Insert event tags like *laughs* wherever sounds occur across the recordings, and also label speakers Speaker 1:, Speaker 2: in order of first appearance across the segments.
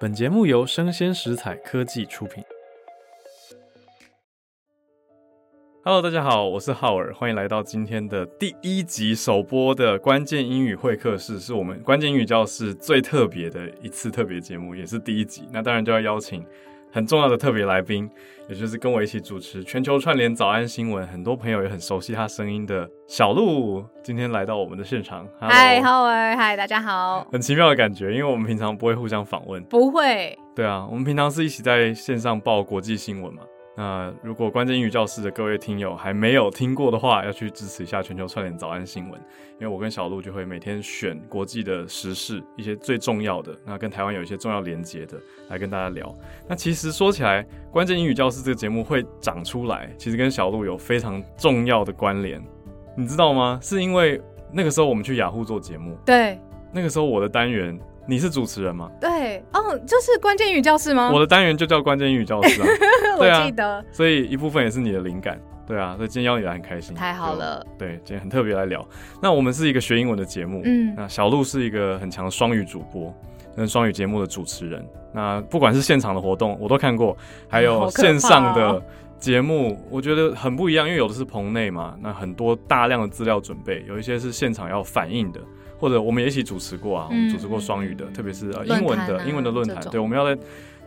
Speaker 1: 本节目由生鲜食材科技出品。Hello，大家好，我是浩尔，欢迎来到今天的第一集首播的关键英语会客室，是我们关键英语教室最特别的一次特别节目，也是第一集。那当然就要邀请很重要的特别来宾，也就是跟我一起主持全球串联早安新闻，很多朋友也很熟悉他声音的小鹿，今天来到我们的现场。
Speaker 2: 嗨，
Speaker 1: Hello
Speaker 2: 浩儿，嗨，大家好。
Speaker 1: 很奇妙的感觉，因为我们平常不会互相访问，
Speaker 2: 不会，
Speaker 1: 对啊，我们平常是一起在线上报国际新闻嘛。那如果关键英语教室的各位听友还没有听过的话，要去支持一下全球串联早安新闻，因为我跟小鹿就会每天选国际的时事，一些最重要的，那跟台湾有一些重要连接的，来跟大家聊。那其实说起来，关键英语教室这个节目会长出来，其实跟小鹿有非常重要的关联，你知道吗？是因为那个时候我们去雅虎做节目，
Speaker 2: 对
Speaker 1: 那个时候我的单元你是主持人吗？
Speaker 2: 对，哦，这是关键语教室吗？
Speaker 1: 我的单元就叫关键英语教师啊，对啊
Speaker 2: 我记得，
Speaker 1: 所以一部分也是你的灵感，对啊，所以今天邀你来很开心，
Speaker 2: 太好了，
Speaker 1: 对，对，今天很特别来聊。那我们是一个学英文的节目，
Speaker 2: 嗯
Speaker 1: 那小鹿是一个很强的双语主播，跟双语节目的主持人。那不管是现场的活动我都看过，还有
Speaker 2: 好可怕哦
Speaker 1: 线上的节目，我觉得很不一样，因为有的是棚内嘛，那很多大量的资料准备，有一些是现场要反应的。或者我们也一起主持过啊，我
Speaker 2: 嗯
Speaker 1: 们主持过双语的，特别是、呃、
Speaker 2: 论坛啊
Speaker 1: 英文的英文的论坛
Speaker 2: 这，种
Speaker 1: 对，我们要在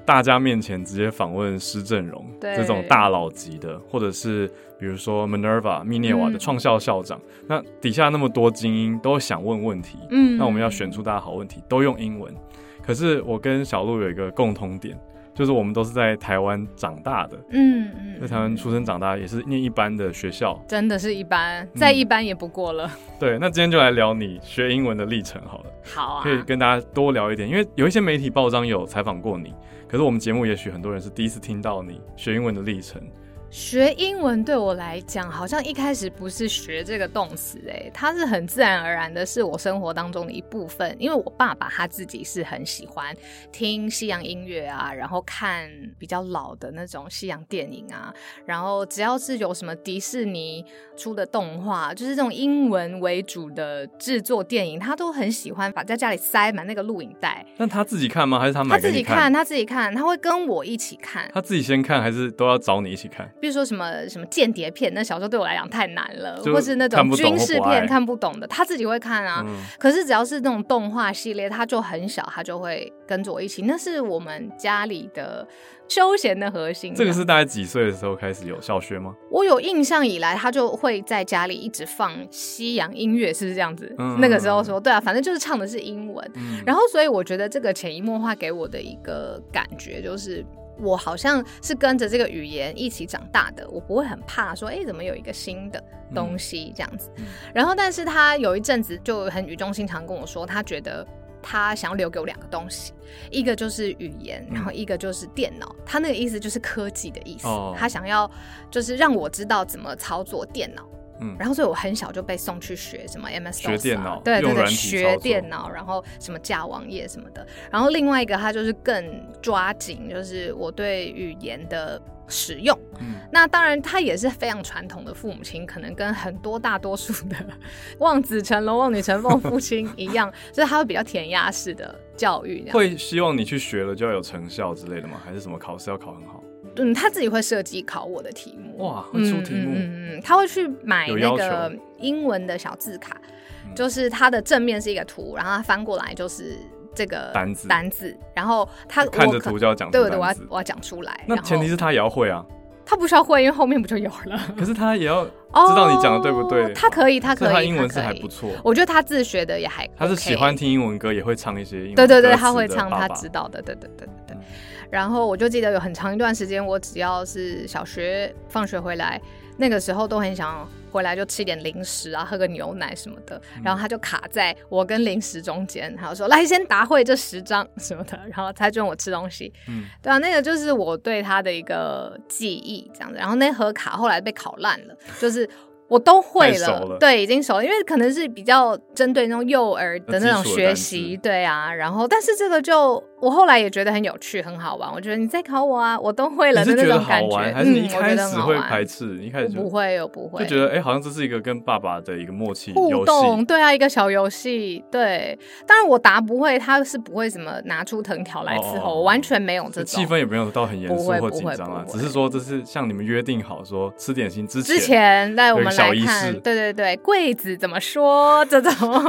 Speaker 1: 大家面前直接访问施正荣
Speaker 2: 对
Speaker 1: 这种大佬级的，或者是比如说 Minerva 密涅瓦的
Speaker 2: 嗯
Speaker 1: 创校校长，那底下那么多精英都想问问题，
Speaker 2: 嗯
Speaker 1: 那我们要选出大家好问题，都用英文。可是我跟小鹿有一个共同点，就是我们都是在台湾长大的，
Speaker 2: 嗯，嗯
Speaker 1: 在台湾出生长大，也是念一般的学校。
Speaker 2: 真的是一
Speaker 1: 嗯
Speaker 2: 般，再一般也不过了。
Speaker 1: 对，那今天就来聊你学英文的历程好了。
Speaker 2: 好啊
Speaker 1: 可，以跟大家多聊一点，因为有一些媒体报章有采访过你，可是我们节目也许很多人是第一次听到你学英文的历程。
Speaker 2: 学英文对我来讲，好像一开始不是学这个动词，哎，它是很自然而然的，是我生活当中的一部分。因为我爸爸他自己是很喜欢听西洋音乐啊，然后看比较老的那种西洋电影啊，然后只要是有什么迪士尼出的动画，就是这种英文为主的制作电影，他都很喜欢把在家里塞满那个录影带，
Speaker 1: 但他自己看吗？还是他
Speaker 2: 他
Speaker 1: 买给
Speaker 2: 自己
Speaker 1: 你
Speaker 2: 看，？他自己看，他会跟我一起看。
Speaker 1: 他自己先看，还是都要找你一起看？
Speaker 2: 比如说什么什么间谍片，那小时候对我来讲太难了，
Speaker 1: 就
Speaker 2: 或是那
Speaker 1: 看
Speaker 2: 种
Speaker 1: 不懂
Speaker 2: 军事
Speaker 1: 或不爱
Speaker 2: 片看不懂的，他自己会看啊。
Speaker 1: 嗯，
Speaker 2: 可是只要是那种动画系列，他就很小，他就会跟着我一起。那是我们家里的休闲的核心啊。
Speaker 1: 这个是大概几岁的时候开始有小学吗？
Speaker 2: 我有印象以来，他就会在家里一直放西洋音乐，是不是这样子？
Speaker 1: 嗯
Speaker 2: 那个时候说，对啊，反正就是唱的是英文。
Speaker 1: 嗯，
Speaker 2: 然后，所以我觉得这个潜移默化给我的一个感觉就是。我好像是跟着这个语言一起长大的，我不会很怕说，哎、怎么有一个新的东西这样子。
Speaker 1: 嗯
Speaker 2: 然后，但是他有一阵子就很语重心长跟我说，他觉得他想要留给我两个东西，一个就是语言，
Speaker 1: 嗯
Speaker 2: 然后一个就是电脑。他那个意思就是科技的意思，
Speaker 1: 哦
Speaker 2: 他想要就是让我知道怎么操作电脑。
Speaker 1: 嗯
Speaker 2: 然后所以我很小就被送去学什么 MS
Speaker 1: 学电脑
Speaker 2: 啊对
Speaker 1: 用
Speaker 2: 对对，
Speaker 1: 软体操
Speaker 2: 学
Speaker 1: 作
Speaker 2: 电脑，然后什么架网页什么的。然后另外一个他就是更抓紧，就是我对语言的使用。
Speaker 1: 嗯
Speaker 2: 那当然，他也是非常传统的父母亲，可能跟很多大多数的 *laughs* 望子成龙、望女成凤父亲一样，就是他会比较填鸭式的教育这样。
Speaker 1: 会希望你去学了就要有成效之类的吗？还是什么考试要考很好？
Speaker 2: 嗯，他自己会设计考我的题目。
Speaker 1: 哇，会出题目，
Speaker 2: 嗯嗯嗯，他会去买
Speaker 1: 有
Speaker 2: 那
Speaker 1: 要
Speaker 2: 个
Speaker 1: 求
Speaker 2: 英文的小字卡
Speaker 1: 嗯，
Speaker 2: 就是它的正面是一个图，然后它翻过来就是这个
Speaker 1: 单字
Speaker 2: 单字，然后他
Speaker 1: 看着
Speaker 2: 呃我可
Speaker 1: 图就要讲
Speaker 2: 对
Speaker 1: 出
Speaker 2: 对对，我
Speaker 1: 单
Speaker 2: 要
Speaker 1: 词。
Speaker 2: 我要讲出来。
Speaker 1: 那前提
Speaker 2: 是
Speaker 1: 是他也要
Speaker 2: *laughs*
Speaker 1: 会啊，
Speaker 2: 他不需要会，因为后面不就有了？
Speaker 1: 可是他也要，
Speaker 2: 哦
Speaker 1: 知道你讲的对不对
Speaker 2: 他可以，他
Speaker 1: 所
Speaker 2: 可
Speaker 1: 以
Speaker 2: 以，
Speaker 1: 他英文是
Speaker 2: 可
Speaker 1: 还
Speaker 2: 以
Speaker 1: 不错。
Speaker 2: 我觉得他自学的也还 OK，
Speaker 1: 他是喜欢听英文歌，也会唱一些英文
Speaker 2: 对对对，
Speaker 1: 歌词
Speaker 2: 他会
Speaker 1: 的
Speaker 2: 唱，
Speaker 1: 爸
Speaker 2: 他
Speaker 1: 爸
Speaker 2: 知道的，对对对对对
Speaker 1: 嗯。
Speaker 2: 然后我就记得有很长一段时间，我只要是小学放学回来，那个时候都很想回来就吃点零食啊，喝个牛奶什么的。
Speaker 1: 嗯
Speaker 2: 然后他就卡在我跟零食中间，他就说：“来，先答会这十张什么的。”然后他就让我吃东西。
Speaker 1: 嗯
Speaker 2: 对啊，那个就是我对他的一个记忆，这样子。然后那盒卡后来被烤烂了，就是我都会
Speaker 1: 太熟
Speaker 2: 了，
Speaker 1: 了
Speaker 2: 对，已经熟了，因为可能是比较针对那种幼儿的那
Speaker 1: 基
Speaker 2: 种学
Speaker 1: 础的单
Speaker 2: 习，对啊。然后，但是这个就我后来也觉得很有趣，很好玩。我觉得你在考我啊，我都会了
Speaker 1: 你
Speaker 2: 的
Speaker 1: 是
Speaker 2: 那
Speaker 1: 觉得
Speaker 2: 种
Speaker 1: 好
Speaker 2: 感
Speaker 1: 玩，还是你
Speaker 2: 嗯，
Speaker 1: 一
Speaker 2: 我觉
Speaker 1: 开
Speaker 2: 得很
Speaker 1: 始
Speaker 2: 好
Speaker 1: 会
Speaker 2: 玩。
Speaker 1: 排斥？你一开
Speaker 2: 我
Speaker 1: 始就
Speaker 2: 不会，我不会，
Speaker 1: 就觉得哎、诶好像这是一个跟爸爸的一个默契
Speaker 2: 互
Speaker 1: 游
Speaker 2: 动，
Speaker 1: 戏。
Speaker 2: 对啊，一个小游戏，对。当然我答不会，他是不会什么拿出藤条来
Speaker 1: 哦
Speaker 2: 伺
Speaker 1: 哦
Speaker 2: 候，
Speaker 1: 哦
Speaker 2: 我完全没有这
Speaker 1: 这
Speaker 2: 种
Speaker 1: 气氛。也没有到很严肃
Speaker 2: 不会
Speaker 1: 或
Speaker 2: 不
Speaker 1: 紧
Speaker 2: 会
Speaker 1: 张啊，
Speaker 2: 不会
Speaker 1: 只是说这是像你们约定好说吃点心之
Speaker 2: 之前带我
Speaker 1: 有一
Speaker 2: 们
Speaker 1: 个小
Speaker 2: 来
Speaker 1: 仪
Speaker 2: 看
Speaker 1: 式，
Speaker 2: 对对对，柜子怎么说？这种
Speaker 1: *laughs* *laughs*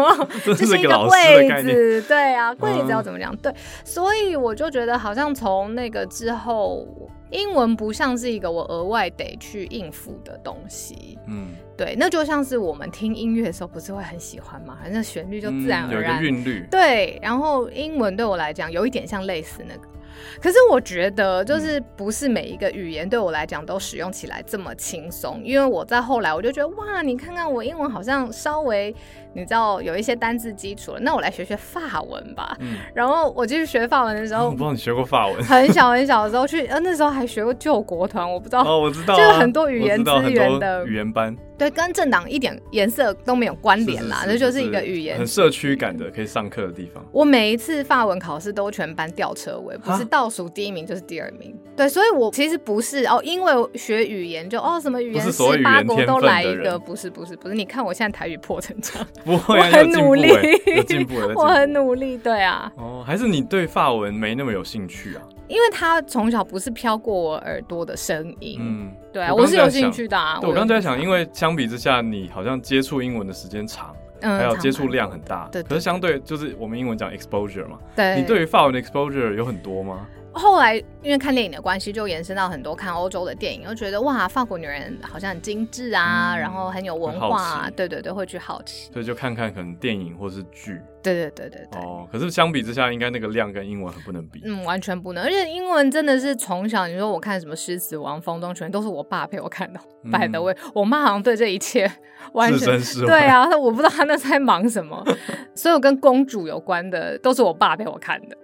Speaker 1: 这
Speaker 2: 这
Speaker 1: 是
Speaker 2: 是
Speaker 1: 一
Speaker 2: 一
Speaker 1: 个
Speaker 2: 个
Speaker 1: 老师的
Speaker 2: 柜
Speaker 1: 概念。
Speaker 2: 子，对啊，柜
Speaker 1: 嗯
Speaker 2: 子要怎么讲？对，所以我就觉得好像从那个之后，英文不像是一个我额外得去应付的东西。
Speaker 1: 嗯，
Speaker 2: 对，那就像是我们听音乐的时候，不是会很喜欢嘛？那旋律就自然
Speaker 1: 嗯有
Speaker 2: 而
Speaker 1: 一个
Speaker 2: 然
Speaker 1: 韵律。
Speaker 2: 对，然后英文对我来讲有一点像类似那个，可是我觉得
Speaker 1: 嗯
Speaker 2: 就是不是每一个语言对我来讲都使用起来这么轻松，因为我在后来我就觉得哇，你看看我英文好像稍微你知道有一些单字基础了，那我来学学法文吧。
Speaker 1: 嗯，
Speaker 2: 然后我继续学法文的时
Speaker 1: 我
Speaker 2: 候
Speaker 1: 不，知道你学过法文
Speaker 2: 很小很小的时候去，呃那时候还学过救国团，我不知道
Speaker 1: 哦，我知道啊，
Speaker 2: 就是很多语
Speaker 1: 我知
Speaker 2: 言
Speaker 1: 道
Speaker 2: 资
Speaker 1: 很
Speaker 2: 源
Speaker 1: 多
Speaker 2: 的
Speaker 1: 语言班
Speaker 2: 对，跟政党一点颜色都没有关联啦，
Speaker 1: 是
Speaker 2: 那就是一个语言
Speaker 1: 很社区感的，可以上课的地方。
Speaker 2: 我每一次法文考试都全班吊车尾，不
Speaker 1: 哈
Speaker 2: 是倒数第一名就是第二名。对，所以我其实不是哦，因为我学语言就哦什么语
Speaker 1: 不是
Speaker 2: 言
Speaker 1: 所谓
Speaker 2: 十
Speaker 1: 语
Speaker 2: 八
Speaker 1: 言
Speaker 2: 国
Speaker 1: 天
Speaker 2: 都
Speaker 1: 分
Speaker 2: 来
Speaker 1: 的
Speaker 2: 一个，
Speaker 1: 人
Speaker 2: 不是不是不是。你看我现在台语破成
Speaker 1: *laughs*
Speaker 2: 这样，
Speaker 1: 不会啊，
Speaker 2: *laughs* 我很
Speaker 1: 有进
Speaker 2: 努
Speaker 1: 步
Speaker 2: 力
Speaker 1: 欸有进步欸，有进步
Speaker 2: 我很努力，对啊，
Speaker 1: 哦，还是你对法文没那么有兴趣啊？
Speaker 2: 因为他从小不是飘过我耳朵的声音，
Speaker 1: 嗯，
Speaker 2: 对啊，
Speaker 1: 我刚刚
Speaker 2: 我是
Speaker 1: 在
Speaker 2: 有
Speaker 1: 想
Speaker 2: 兴趣的啊。
Speaker 1: 对我刚刚
Speaker 2: 有
Speaker 1: 在想，因为相比之下，你好像接触英文的时间长，
Speaker 2: 嗯
Speaker 1: 还有
Speaker 2: 常
Speaker 1: 接触
Speaker 2: 常
Speaker 1: 量很大。
Speaker 2: 对对
Speaker 1: 可是相对就是我们英文讲 exposure 嘛，
Speaker 2: 对，
Speaker 1: 你对于法文的 exposure 有很多吗？
Speaker 2: 后来因为看电影的关系，就延伸到很多看欧洲的电影，就觉得哇，法国女人好像很精致啊，
Speaker 1: 嗯
Speaker 2: 然后很有文
Speaker 1: 会
Speaker 2: 化、
Speaker 1: 好奇
Speaker 2: 啊，对对对，会去好奇，
Speaker 1: 所以就看看可能电影或是剧
Speaker 2: 对对对对对。
Speaker 1: 哦。可是相比之下，应该那个量跟英文很不能比。
Speaker 2: 嗯，完全不能，而且英文真的是从小，你说我看什么《狮子王》《风中全》，都是我爸陪我看的。
Speaker 1: 嗯
Speaker 2: 拜的位，我妈好像对这一切完
Speaker 1: 置
Speaker 2: 全
Speaker 1: 身事外。
Speaker 2: 对，啊，我不知道她那是在忙什么。所有跟公主有关的，都是我爸陪我看的。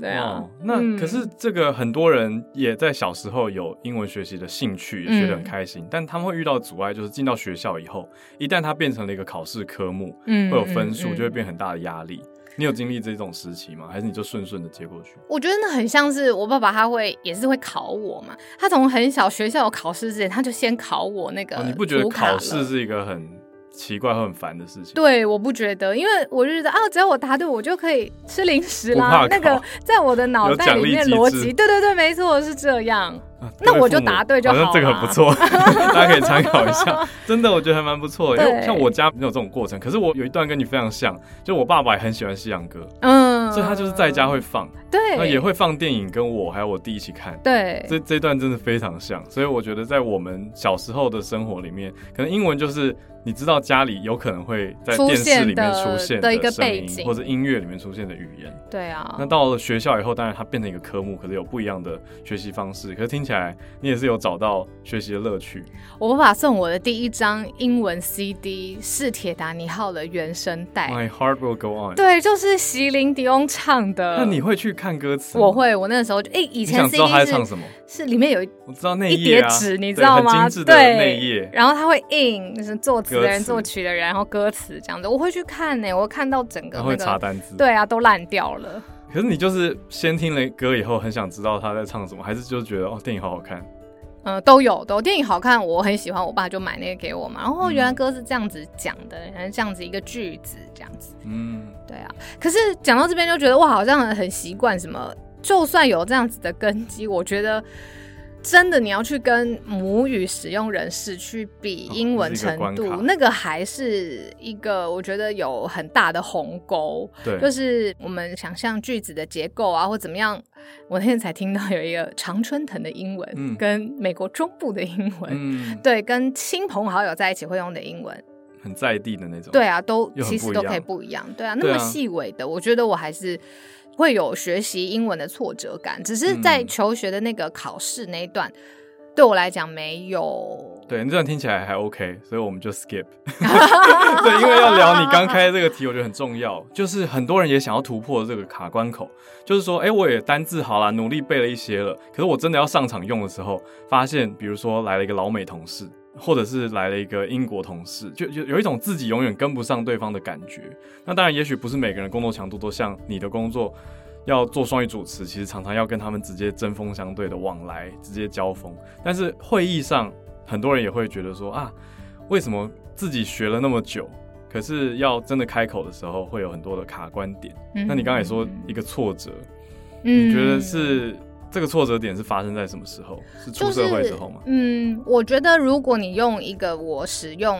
Speaker 2: 对啊
Speaker 1: 哦，，那
Speaker 2: 嗯
Speaker 1: 可是这个很多人也在小时候有英文学习的兴趣，
Speaker 2: 嗯
Speaker 1: 也学得很开心，但他们会遇到阻碍，就是进到学校以后，一旦它变成了一个考试科目，
Speaker 2: 嗯
Speaker 1: 会有分数，
Speaker 2: 嗯嗯呃
Speaker 1: 就会变很大的压力。你有经历这种时期吗？还是你就顺顺的接过去？
Speaker 2: 我觉得那很像是我爸爸，他会也是会考我嘛。他从很小学校有考试之前，他就先考我那个、
Speaker 1: 哦，你不觉得考试？是一个很奇怪或很烦的事情？，
Speaker 2: 对，我不觉得，因为我就觉得啊，只要我答对，我就可以吃零食
Speaker 1: 不怕考。
Speaker 2: 啦那个在我的脑袋里
Speaker 1: 有
Speaker 2: 面
Speaker 1: 奖
Speaker 2: 逻
Speaker 1: 励机制
Speaker 2: 辑，对对对，没错是这样。
Speaker 1: 啊、
Speaker 2: 那
Speaker 1: 各位
Speaker 2: 我就
Speaker 1: 父母
Speaker 2: 答对就
Speaker 1: 好像
Speaker 2: 好
Speaker 1: 这个
Speaker 2: 啦
Speaker 1: 很不
Speaker 2: *laughs*
Speaker 1: 错，大家可以参考一下。真的，我觉得还蛮不错的，因为
Speaker 2: 对
Speaker 1: 像我家没有这种过程。可是我有一段跟你非常像，就我爸爸也很喜欢西洋歌，
Speaker 2: 嗯，
Speaker 1: 所以他就是在家会放，那
Speaker 2: 对，
Speaker 1: 也会放电影，跟我还有我弟一起看。
Speaker 2: 对
Speaker 1: 这这段真的非常像，所以我觉得在我们小时候的生活里面，可能英文就是你知道家里有可能会在
Speaker 2: 出
Speaker 1: 电视
Speaker 2: 现
Speaker 1: 里面
Speaker 2: 的
Speaker 1: 出现
Speaker 2: 的一个
Speaker 1: 声
Speaker 2: 背
Speaker 1: 音
Speaker 2: 景
Speaker 1: 或者音乐里面出现的语言。
Speaker 2: 对啊
Speaker 1: 那。到了学校以后，当然它变成一个科目，可是有不一样的学习方式。可是听起来你也是有找到学习的乐趣，
Speaker 2: 我爸爸送我的第一张英文 CD 是铁达尼号的原声带，
Speaker 1: My heart will go on。
Speaker 2: 哎对，就是席琳迪翁唱的。
Speaker 1: 那你会去看歌词吗？
Speaker 2: 我会，我那时候就哎、以
Speaker 1: 你
Speaker 2: 前
Speaker 1: 想知道他
Speaker 2: CD
Speaker 1: 在唱
Speaker 2: 是
Speaker 1: 什么？
Speaker 2: 是里面有一
Speaker 1: 我知道那
Speaker 2: 一
Speaker 1: 页
Speaker 2: 叠
Speaker 1: 啊，
Speaker 2: 纸，你
Speaker 1: 对
Speaker 2: 知道
Speaker 1: 很
Speaker 2: 吗？
Speaker 1: 精致的那
Speaker 2: 对
Speaker 1: 页，。
Speaker 2: 然后它会印，就是作词的
Speaker 1: 歌
Speaker 2: 人、
Speaker 1: 词
Speaker 2: 作曲的人，然后歌词这样子，我会去看呢、我看到整个
Speaker 1: 然后
Speaker 2: 那
Speaker 1: 会查
Speaker 2: 个，
Speaker 1: 单字。。
Speaker 2: 对啊，都烂掉了。
Speaker 1: 可是你就是先听了歌以后，很想知道他在唱什么，还是就觉得哦，电影好好看？
Speaker 2: 嗯、都有都有电影好看，我很喜欢，我爸就买那个给我嘛。然后
Speaker 1: 嗯
Speaker 2: 原来歌是这样子讲的，然后这样子一个句子这样子，
Speaker 1: 嗯，
Speaker 2: 对啊。可是讲到这边就觉得哇，好像很习惯什么，就算有这样子的根基，我觉得真的你要去跟母语使用人士去比
Speaker 1: 哦
Speaker 2: 英文
Speaker 1: 这是一个
Speaker 2: 程
Speaker 1: 关
Speaker 2: 度，
Speaker 1: 卡
Speaker 2: 那个还是一个我觉得有很大的鸿沟。
Speaker 1: 对，
Speaker 2: 就是我们想象句子的结构啊，或怎么样。我那天才听到有一个常春藤的英文，
Speaker 1: 嗯
Speaker 2: 跟美国中部的英文，
Speaker 1: 嗯，
Speaker 2: 对，跟亲朋好友在一起会用的英文，
Speaker 1: 很在地的那种。
Speaker 2: 对，啊，都
Speaker 1: 又很
Speaker 2: 其
Speaker 1: 不
Speaker 2: 实
Speaker 1: 一
Speaker 2: 都可以
Speaker 1: 样
Speaker 2: 不一样，对啊，那
Speaker 1: 对啊
Speaker 2: 么细微的，我觉得我还是会有学习英文的挫折感，只是在
Speaker 1: 嗯
Speaker 2: 求学的那个考试那一段，对我来讲没有。
Speaker 1: 对，那段听起来还 OK，所以我们就 skip。对，因为要聊你刚开这个题，我觉得很重要，就是很多人也想要突破这个卡关口，就是说，哎、我也单字好啦，努力背了一些了，可是我真的要上场用的时候，发现，比如说来了一个老美同事，或者是来了一个英国同事，就就有一种自己永远跟不上对方的感觉。那当然，也许不是每个人工作强度都像你的工作。要做双语主持，其实常常要跟他们直接针锋相对的往来，直接交锋。但是会议上，很多人也会觉得说啊，为什么自己学了那么久，可是要真的开口的时候，会有很多的卡关点。
Speaker 2: 嗯
Speaker 1: 那你刚才也说一个挫折，
Speaker 2: 嗯
Speaker 1: 你觉得是这个挫折点是发生在什么时候？是出社会之后吗？
Speaker 2: 就是？嗯，我觉得如果你用一个我使用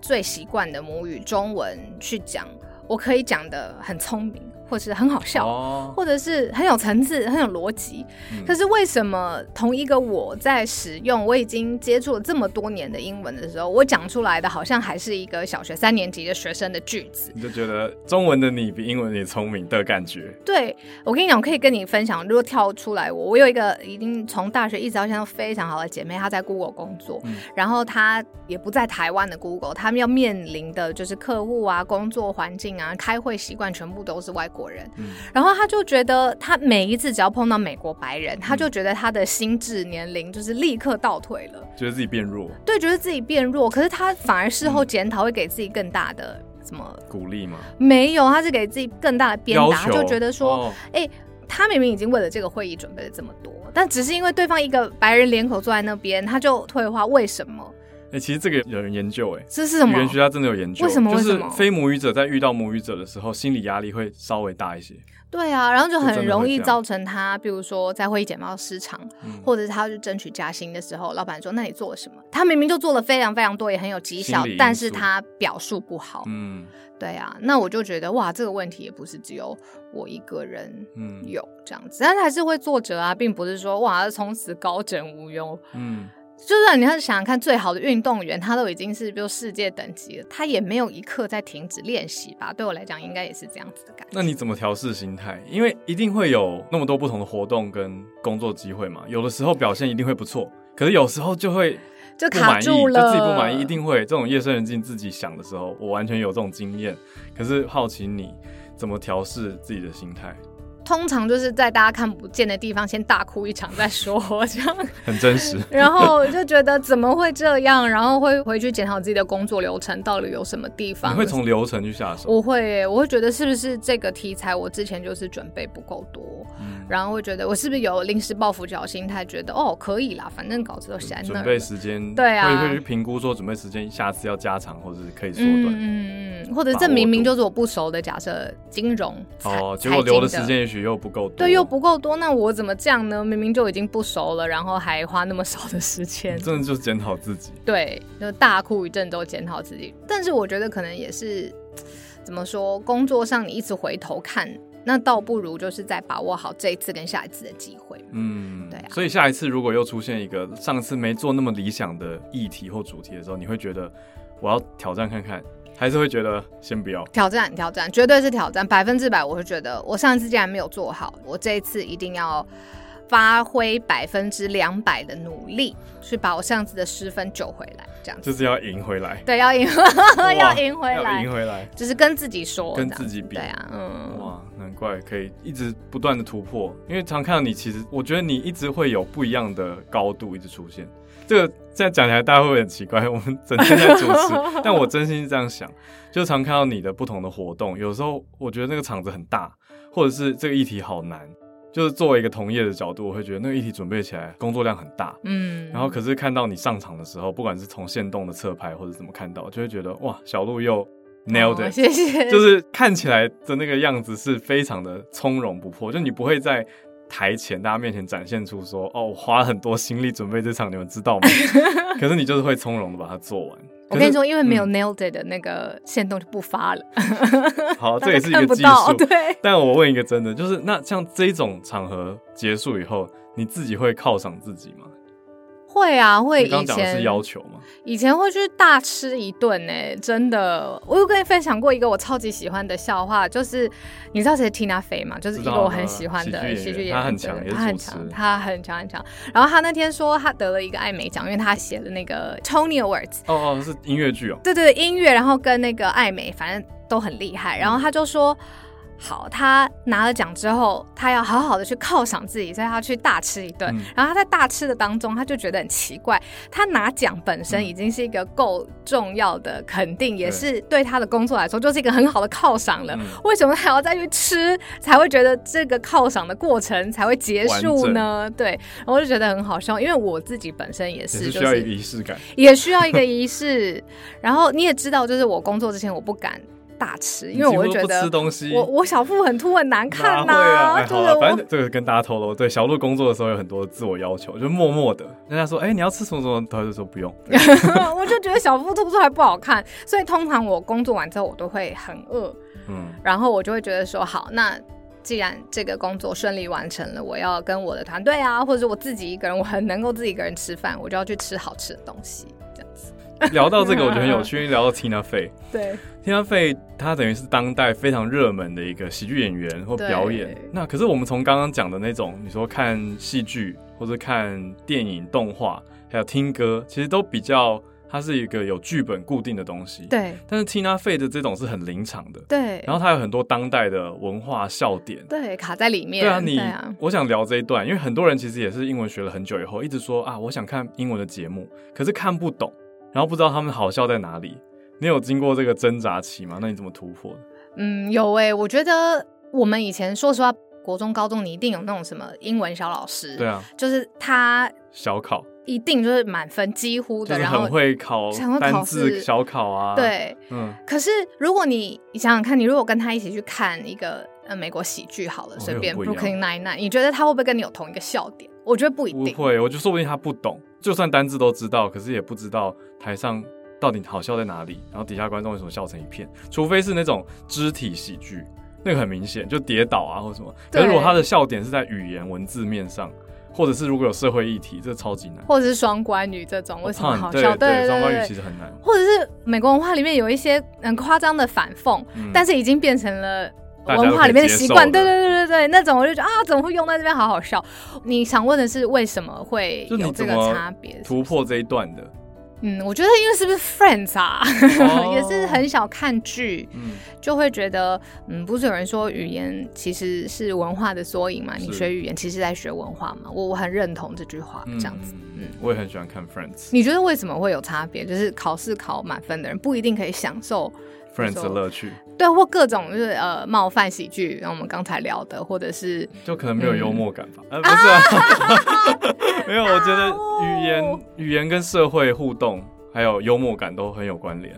Speaker 2: 最习惯的母语中文去讲，我可以讲的很聪明，或是很好笑。
Speaker 1: 哦，
Speaker 2: 或者是很有层次、很有逻辑，
Speaker 1: 嗯
Speaker 2: 可是为什么同一个我在使用我已经接触了这么多年的英文的时候，我讲出来的好像还是一个小学三年级的学生的句子？
Speaker 1: 你就觉得中文的你比英文的你聪明的感觉。
Speaker 2: 对我跟你讲，我可以跟你分享，如果跳出来我，我有一个已经从大学一直到现在都非常好的姐妹，她在 Google 工作，
Speaker 1: 嗯
Speaker 2: 然后她也不在台湾的 Google，他们要面临的就是客户啊、工作环境啊、开会习惯全部都是外国人，
Speaker 1: 嗯
Speaker 2: 然后她就觉得她每一次只要碰到美国白
Speaker 1: 嗯
Speaker 2: 人，她就觉得她的心智年龄就是立刻倒退了。
Speaker 1: 觉得自己变弱，
Speaker 2: 对，觉得自己变弱，可是她反而事后检讨会给自己更大的什么？
Speaker 1: 鼓励吗？
Speaker 2: 没有，她是给自己更大的鞭
Speaker 1: 要
Speaker 2: 打，她
Speaker 1: 求
Speaker 2: 就觉得说，
Speaker 1: 哦
Speaker 2: 哎、他明明已经为了这个会议准备了这么多，但只是因为对方一个白人脸口坐在那边，他就退化，为什么？
Speaker 1: 哎、其实这个有人研究、哎，
Speaker 2: 这是什
Speaker 1: 语
Speaker 2: 么？
Speaker 1: 言学家真的有研究，
Speaker 2: 为什么
Speaker 1: 就
Speaker 2: 为
Speaker 1: 是
Speaker 2: 什么
Speaker 1: 非母语者在遇到母语者的时候，心理压力会稍微大一些。
Speaker 2: 对啊，然后就
Speaker 1: 就真的
Speaker 2: 很
Speaker 1: 会
Speaker 2: 容易
Speaker 1: 这样
Speaker 2: 造成他，比如说在会议简报失常，
Speaker 1: 嗯，
Speaker 2: 或者是他去争取加薪的时候，老板说：“那你做了什么？”他明明就做了非常非常多，也很有绩效
Speaker 1: 心理因，素
Speaker 2: 但是他表述不好。
Speaker 1: 嗯
Speaker 2: 对啊，那我就觉得哇，这个问题也不是只有我一个人
Speaker 1: 嗯
Speaker 2: 有这样子，但是还是会挫折啊，并不是说哇从此高枕无忧。
Speaker 1: 嗯，
Speaker 2: 就算你要想想看，最好的运动员，他都已经是比如世界等级了，他也没有一刻在停止练习吧？对我来讲，应该也是这样子的感觉。
Speaker 1: 那你怎么调试心态？因为一定会有那么多不同的活动跟工作机会嘛，有的时候表现一定会不错，可是有时候就会
Speaker 2: 就
Speaker 1: 不
Speaker 2: 卡
Speaker 1: 满意，
Speaker 2: 住
Speaker 1: 就自
Speaker 2: 了，
Speaker 1: 己不满意，一定会这种夜深人静自己想的时候，我完全有这种经验。可是好奇你怎么调试自己的心态，
Speaker 2: 通常就是在大家看不见的地方先大哭一场再说，这样，
Speaker 1: 很真实。
Speaker 2: *laughs* 然后就觉得怎么会这样，然后会回去检讨自己的工作流程到底有什么地
Speaker 1: 你
Speaker 2: 方
Speaker 1: 会。从流程去下手，
Speaker 2: 我会耶，我会觉得是不是这个题材我之前就是准备不够多，
Speaker 1: 嗯
Speaker 2: 然后会觉得我是不是有临时抱佛脚心态，觉得哦可以啦，反正稿子都写在那
Speaker 1: 准
Speaker 2: 儿
Speaker 1: 备
Speaker 2: 了，
Speaker 1: 时间，
Speaker 2: 对啊
Speaker 1: 会会去评估说准备时间下次要加长或者是可以缩短。
Speaker 2: 嗯嗯嗯，或者这明明就是我不熟的，假设金融财
Speaker 1: 哦，结
Speaker 2: 财
Speaker 1: 果
Speaker 2: 经
Speaker 1: 留的时间也许又不够多，
Speaker 2: 对又不够多，那我怎么这样呢？明明就已经不熟了，然后还花那么少的时间
Speaker 1: 你，真的就是检讨自己。
Speaker 2: *laughs* 对，就大哭一阵之后检讨自己。但是我觉得可能也是怎么说，工作上你一直回头看，那倒不如就是再把握好这一次跟下一次的机会。
Speaker 1: 嗯，
Speaker 2: 对啊
Speaker 1: 所以下一次如果又出现一个上次没做那么理想的议题或主题的时候，你会觉得我要挑战看看，还是会觉得先不要？
Speaker 2: 挑战，挑战，绝对是挑战，百分之百。我会觉得，我上一次竟然没有做好，我这一次一定要发挥百分之两百的努力，去把我上次的失分救回来。这样子，
Speaker 1: 就是要赢回来，
Speaker 2: 对，要赢，
Speaker 1: 哇
Speaker 2: *laughs* 要赢回
Speaker 1: 要
Speaker 2: 来
Speaker 1: 赢，回来。
Speaker 2: 就是跟自己说，
Speaker 1: 跟
Speaker 2: 这样
Speaker 1: 自己
Speaker 2: 子
Speaker 1: 比
Speaker 2: 对啊，嗯，
Speaker 1: 哇，难怪可以一直不断的突破，因为常看到你，其实我觉得你一直会有不一样的高度一直出现。这个这样讲起来大家会不会很奇怪，我们整天在主
Speaker 2: *laughs*
Speaker 1: 持，但我真心是这样想，就常看到你的不同的活动，有时候我觉得那个场子很大，或者是这个议题好难，就是作为一个同业的角度，我会觉得那个议题准备起来工作量很大，
Speaker 2: 嗯，
Speaker 1: 然后可是看到你上场的时候，不管是从线动的侧拍或者怎么看到，就会觉得哇，小鹿又 nailed
Speaker 2: 哦
Speaker 1: it，、
Speaker 2: 谢谢，
Speaker 1: 就是看起来的那个样子是非常的从容不迫，就你不会在台前大家面前展现出说哦，我花了很多心力准备这场，你们知道吗？
Speaker 2: *laughs*
Speaker 1: 可是你就是会从容的把它做完。
Speaker 2: 我跟你
Speaker 1: 可
Speaker 2: 说，因为没有
Speaker 1: 嗯
Speaker 2: nailed it 的那个线动就不发了，
Speaker 1: 是，好，这
Speaker 2: 大
Speaker 1: 也
Speaker 2: 家
Speaker 1: 是一
Speaker 2: 看
Speaker 1: 个
Speaker 2: 不
Speaker 1: 技
Speaker 2: 到，
Speaker 1: 术。
Speaker 2: *laughs* 对。
Speaker 1: *laughs* 但我问一个真的，就是那像这种场合结束以后，你自己会犒赏自己吗？
Speaker 2: 会啊，会
Speaker 1: 你刚
Speaker 2: 以
Speaker 1: 刚讲的
Speaker 2: 前
Speaker 1: 是要求吗？
Speaker 2: 以前会去大吃一顿呢、真的。我有跟你分享过一个我超级喜欢的笑话，就是你知道谁是 Tina Fey 吗？就是一个我很喜欢的
Speaker 1: 知道知道
Speaker 2: 喜剧演
Speaker 1: 她
Speaker 2: 员，
Speaker 1: 很
Speaker 2: 对
Speaker 1: 强也是
Speaker 2: 她很
Speaker 1: 主持
Speaker 2: 强，她很强很强。然后她那天说她得了一个艾美奖，因为她写了那个 Tony Awards，
Speaker 1: 哦哦，是音乐剧哦，嗯
Speaker 2: 对对对，音乐，然后跟那个艾美，反正都很厉害。然后她就说。好，他拿了奖之后，他要好好的去犒赏自己，所以他去大吃一顿。
Speaker 1: 嗯
Speaker 2: 然后他在大吃的当中，他就觉得很奇怪，他拿奖本
Speaker 1: 嗯
Speaker 2: 身已经是一个够重要的肯定，也是对他的工作来说就是一个很好的犒赏了。
Speaker 1: 嗯
Speaker 2: 为什么还要再去吃，才会觉得这个犒赏的过程才会结束呢？对，然后我就觉得很好笑，因为我自己本身也
Speaker 1: 也
Speaker 2: 是，
Speaker 1: 是
Speaker 2: 就
Speaker 1: 需要一个仪式感。
Speaker 2: 也需要一个仪式。然后你也知道，就是我工作之前我不敢大吃，因为我会
Speaker 1: 你几
Speaker 2: 觉
Speaker 1: 乎都不
Speaker 2: 得
Speaker 1: 吃东西，
Speaker 2: 我我小腹很凸很难 *laughs* 看
Speaker 1: 哪
Speaker 2: 呐、
Speaker 1: 会啊，哎
Speaker 2: 就
Speaker 1: 好
Speaker 2: 是
Speaker 1: 了，反
Speaker 2: 我
Speaker 1: 正这个跟大家透露，对小鹿工作的时候有很多自我要求，就默默的， *laughs* 人家说，哎、你要吃什么什么，他就说 *laughs* 不用。
Speaker 2: 啊我就觉得 *laughs* 小腹凸出来不好看，所以通常我工作完之后我都会很饿，
Speaker 1: 嗯，
Speaker 2: 然后我就会觉得说好那。既然这个工作顺利完成了，我要跟我的团队啊，或者是我自己一个人，我很能够自己一个人吃饭，我就要去吃好吃的东西，这样子。
Speaker 1: 聊到这个我觉得很有趣，聊到 Tina Fey。
Speaker 2: *laughs* 对，
Speaker 1: Tina Fey 她等于是当代非常热门的一个喜剧演员或表演
Speaker 2: 对。
Speaker 1: 那可是我们从刚刚讲的那种，你说看戏剧或者看电影、动画，还有听歌，其实都比较它是一个有剧本固定的东西。。
Speaker 2: 对，
Speaker 1: 但是 Tina Fey 的这种是很临场的，
Speaker 2: 对，
Speaker 1: 然后它有很多当代的文化笑点。
Speaker 2: 对卡在里面。
Speaker 1: 对啊，你
Speaker 2: 啊
Speaker 1: 我想聊这一段，因为很多人其实也是英文学了很久以后，一直说啊，我想看英文的节目，可是看不懂，然后不知道他们好笑在哪里。你有经过这个挣扎期吗？那你怎么突破的？
Speaker 2: 嗯，有诶、我觉得我们以前说实话，国中、高中你一定有那种什么英文小老师，
Speaker 1: 对啊，
Speaker 2: 就是他
Speaker 1: 小考
Speaker 2: 一定就是满分几乎
Speaker 1: 就
Speaker 2: 的，
Speaker 1: 是
Speaker 2: 然后
Speaker 1: 很会考
Speaker 2: 很会
Speaker 1: 单
Speaker 2: 考
Speaker 1: 字
Speaker 2: 试
Speaker 1: 小考啊，，
Speaker 2: 对。
Speaker 1: 嗯，
Speaker 2: 可是如果你你想想看，你如果跟他一起去看一个呃美国喜剧好了，
Speaker 1: 哦那
Speaker 2: 随
Speaker 1: 个
Speaker 2: 便
Speaker 1: 不一样
Speaker 2: Brooklyn Nine Nine，你觉得他会不会跟你有同一个笑点？我觉得不一
Speaker 1: 不
Speaker 2: 定。
Speaker 1: 会，我就说不定他不懂，就算单字都知道，可是也不知道台上。到底好笑在哪里？然后底下观众为什么笑成一片？除非是那种肢体喜剧，那个很明显，就跌倒啊或什么。可
Speaker 2: 对
Speaker 1: 是如果他的笑点是在语言文字面上，或者是如果有社会议题，这超级难。
Speaker 2: 或者是双关语这种，为什么
Speaker 1: 嗯
Speaker 2: 哦好
Speaker 1: 对
Speaker 2: 笑？
Speaker 1: 对，
Speaker 2: 对
Speaker 1: 双关语
Speaker 2: 对
Speaker 1: 其实很难。
Speaker 2: 或者是美国文化里面有一些很夸张的反讽，
Speaker 1: 嗯
Speaker 2: 但是已经变成了
Speaker 1: 大家都可以
Speaker 2: 文化里面的习惯。
Speaker 1: 接受的
Speaker 2: 对对对对对，那种我就觉得啊，怎么会用在这边？好好笑。你想问的是为什么会
Speaker 1: 就
Speaker 2: 有
Speaker 1: 你
Speaker 2: 这
Speaker 1: 怎
Speaker 2: 个
Speaker 1: 么
Speaker 2: 差别？
Speaker 1: 突破这一段的，
Speaker 2: 嗯，我觉得因为是不是 Friends 啊，
Speaker 1: 哦
Speaker 2: *laughs* 也是很少看剧，
Speaker 1: 嗯，
Speaker 2: 就会觉得，嗯，不是有人说语言其实是文化的缩影嘛？你
Speaker 1: 是
Speaker 2: 学语言其实在学文化嘛？我我很认同这句话，
Speaker 1: 嗯
Speaker 2: 这样子。，嗯
Speaker 1: 我也很喜欢看 Friends，Friends
Speaker 2: 你觉得为什么会有差别？就是考试考满分的人不一定可以享受
Speaker 1: 的乐趣，
Speaker 2: 对，或各种就是呃冒犯喜剧，像我们刚才聊的，或者是
Speaker 1: 就可能没有幽默感吧？呃，不是啊， *laughs* 哦没有，我觉得语言、语言跟社会互动还有幽默感都很有关联，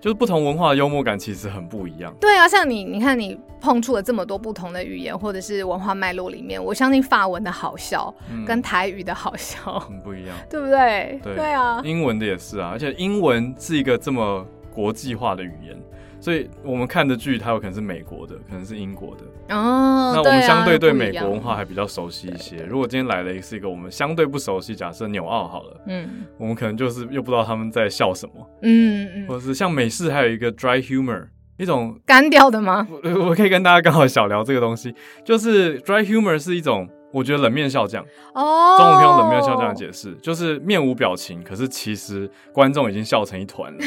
Speaker 1: 就是不同文化的幽默感其实很不一样。
Speaker 2: 对啊，像你，你看你碰触了这么多不同的语言或者是文化脉络里面，我相信法文的好笑
Speaker 1: 嗯
Speaker 2: 跟台语的好笑，
Speaker 1: 很不一样。
Speaker 2: 对不对？
Speaker 1: 对
Speaker 2: 啊，
Speaker 1: 英文的也是啊，而且英文是一个这么国际化的语言，所以我们看的剧它有可能是美国的，可能是英国的。
Speaker 2: 哦，
Speaker 1: 那我们
Speaker 2: 啊
Speaker 1: 相对对
Speaker 2: 不一
Speaker 1: 美国
Speaker 2: 样
Speaker 1: 文化还比较熟悉一些。如果今天来了一个是一个我们相对不熟悉，假设纽澳好了，
Speaker 2: 嗯
Speaker 1: 我们可能就是又不知道他们在笑什么，
Speaker 2: 嗯
Speaker 1: 或
Speaker 2: 嗯，
Speaker 1: 者是像美式还有一个 dry humor，一种 *laughs*
Speaker 2: 干掉的吗？
Speaker 1: 我我可以跟大家刚好小聊这个东西，就是 dry humor 是一种。我觉得冷面笑匠，
Speaker 2: 哦，
Speaker 1: 中文可以用冷面笑匠解释就是面无表情，可是其实观众已经笑成一
Speaker 2: *laughs*
Speaker 1: 团了。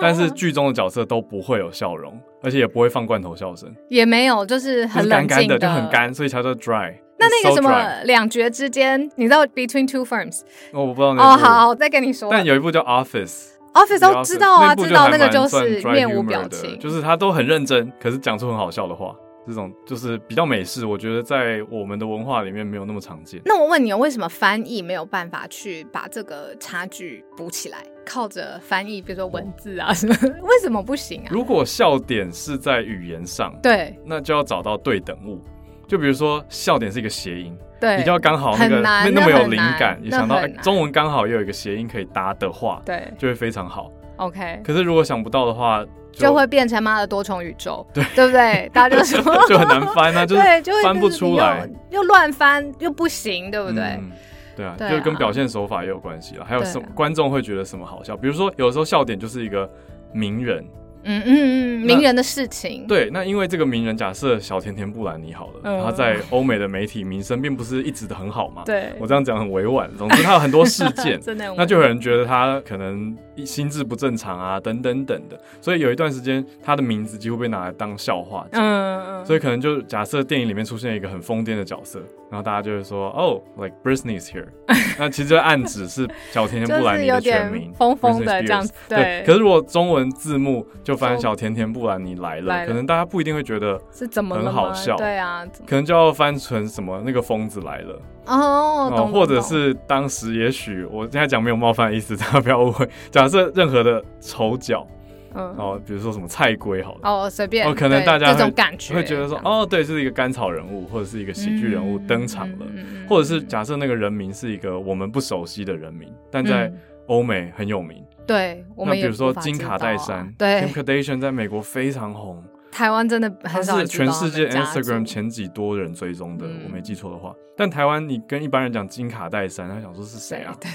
Speaker 1: 但是剧中的角色都不会有笑容，而且也不会放罐头笑声，
Speaker 2: 也没有，就是
Speaker 1: 就
Speaker 2: 很
Speaker 1: 是
Speaker 2: 冷
Speaker 1: 干
Speaker 2: 静
Speaker 1: 干就很。干，所以才叫 dry。
Speaker 2: 那那个
Speaker 1: So
Speaker 2: 什
Speaker 1: dry
Speaker 2: 么两绝之间，你知道 Between Two Firms？
Speaker 1: 哦我不知道那
Speaker 2: 哦，
Speaker 1: 部
Speaker 2: 好，我再跟你说。
Speaker 1: 但有一部叫 Office，
Speaker 2: Office 都知道啊，
Speaker 1: 部
Speaker 2: 知道
Speaker 1: 还
Speaker 2: 那个就
Speaker 1: 蛮算
Speaker 2: 是
Speaker 1: dry
Speaker 2: 面无
Speaker 1: humor
Speaker 2: 表
Speaker 1: 的
Speaker 2: 情，
Speaker 1: 就是他都很认真，可是讲出很好笑的话。这种就是比较美式，我觉得在我们的文化里面没有那么常见。
Speaker 2: 那我问你，哦，为什么翻译没有办法去把这个差距补起来？靠着翻译，比如说文字啊什么， *laughs* 为什么不行啊？
Speaker 1: 如果笑点是在语言上，
Speaker 2: 对
Speaker 1: 那就要找到对等物。就比如说，笑点是一个谐音，
Speaker 2: 对，
Speaker 1: 你就要刚好那个
Speaker 2: 很
Speaker 1: 那
Speaker 2: 难
Speaker 1: 那么
Speaker 2: 那
Speaker 1: 有
Speaker 2: 很
Speaker 1: 灵
Speaker 2: 难
Speaker 1: 感，也
Speaker 2: 那
Speaker 1: 想到
Speaker 2: 很
Speaker 1: 哎
Speaker 2: 难
Speaker 1: 中文刚好又有一个谐音可以搭的话，
Speaker 2: 对
Speaker 1: 就会非常好。
Speaker 2: ，OK，
Speaker 1: 可是如果想不到的话，
Speaker 2: 就会变成妈的多重宇宙，对对不对？大家就说
Speaker 1: *laughs* 就很难翻啊，就是
Speaker 2: 对，就会
Speaker 1: 翻不
Speaker 2: 就是你
Speaker 1: 出来，
Speaker 2: 又，又乱翻又不行，对不对？
Speaker 1: 嗯对啊，
Speaker 2: 对
Speaker 1: 就跟
Speaker 2: 啊
Speaker 1: 表现手法也有关系了。还有
Speaker 2: 对
Speaker 1: 什么
Speaker 2: 啊
Speaker 1: 观众会觉得什么好笑？比如说，有时候笑点就是一个名人，
Speaker 2: 嗯嗯嗯，名人的事情，
Speaker 1: 对，那因为这个名人，假设小甜甜布兰妮好了，
Speaker 2: 嗯
Speaker 1: 她在欧美的媒体名声并不是一直的很好嘛。
Speaker 2: 对
Speaker 1: 我这样讲很委婉，总之她有很多事
Speaker 2: *laughs*
Speaker 1: 件，
Speaker 2: 真的很
Speaker 1: 那就有人觉得她可能心智不正常啊，等等等的，所以有一段时间她的名字几乎被拿来当笑话讲。
Speaker 2: 嗯嗯，
Speaker 1: 所以可能就假设电影里面出现一个很疯癫的角色，然后大家就会说哦、l i k e Britney's here。那 *laughs* 其实这暗指是小甜甜布兰妮的全
Speaker 2: 就是有
Speaker 1: 名，
Speaker 2: 点疯疯
Speaker 1: Britney
Speaker 2: 的
Speaker 1: Spears
Speaker 2: 这样子对
Speaker 1: 对，可是如果中文字幕就翻“
Speaker 2: 中
Speaker 1: 小甜甜布兰妮来了”，
Speaker 2: 来了
Speaker 1: 可能大家不一定会觉得，
Speaker 2: 是怎么了吗
Speaker 1: 很好笑
Speaker 2: 对啊，怎么
Speaker 1: 可能就要翻成什么那个疯子来了，
Speaker 2: 哦，懂懂
Speaker 1: 或者
Speaker 2: 懂
Speaker 1: 是当时也许我现在讲没有冒犯的意思， *laughs* 大家不要误会。假设任何的丑角
Speaker 2: 嗯
Speaker 1: 哦，比如说什么菜龟好了。
Speaker 2: 哦，随便
Speaker 1: 哦可能
Speaker 2: 对
Speaker 1: 大家
Speaker 2: 这
Speaker 1: 会
Speaker 2: 种感觉
Speaker 1: 会觉得说
Speaker 2: 这样
Speaker 1: 哦，对，这是一个甘草人物，或者是一个喜剧人物
Speaker 2: 嗯
Speaker 1: 登场了，
Speaker 2: 嗯嗯
Speaker 1: 或者是
Speaker 2: 嗯
Speaker 1: 假设那个人名是一个我们不熟悉的人名，但在
Speaker 2: 嗯
Speaker 1: 欧美很有名。
Speaker 2: 对，我
Speaker 1: 那
Speaker 2: 们
Speaker 1: 比
Speaker 2: 也
Speaker 1: 如说
Speaker 2: 无法
Speaker 1: 金
Speaker 2: 知
Speaker 1: 卡戴
Speaker 2: 道啊
Speaker 1: 珊、
Speaker 2: 对
Speaker 1: Kim Kardashian 在美国非常红，
Speaker 2: 台湾真的
Speaker 1: 她
Speaker 2: 很少
Speaker 1: 是
Speaker 2: 人知道
Speaker 1: 全
Speaker 2: 他
Speaker 1: 世
Speaker 2: 们
Speaker 1: 界
Speaker 2: 家族
Speaker 1: Instagram 前几多人追踪的，
Speaker 2: 嗯
Speaker 1: 我没记错的话。但台湾你跟一般人讲金卡戴珊，他想说是谁啊？
Speaker 2: 对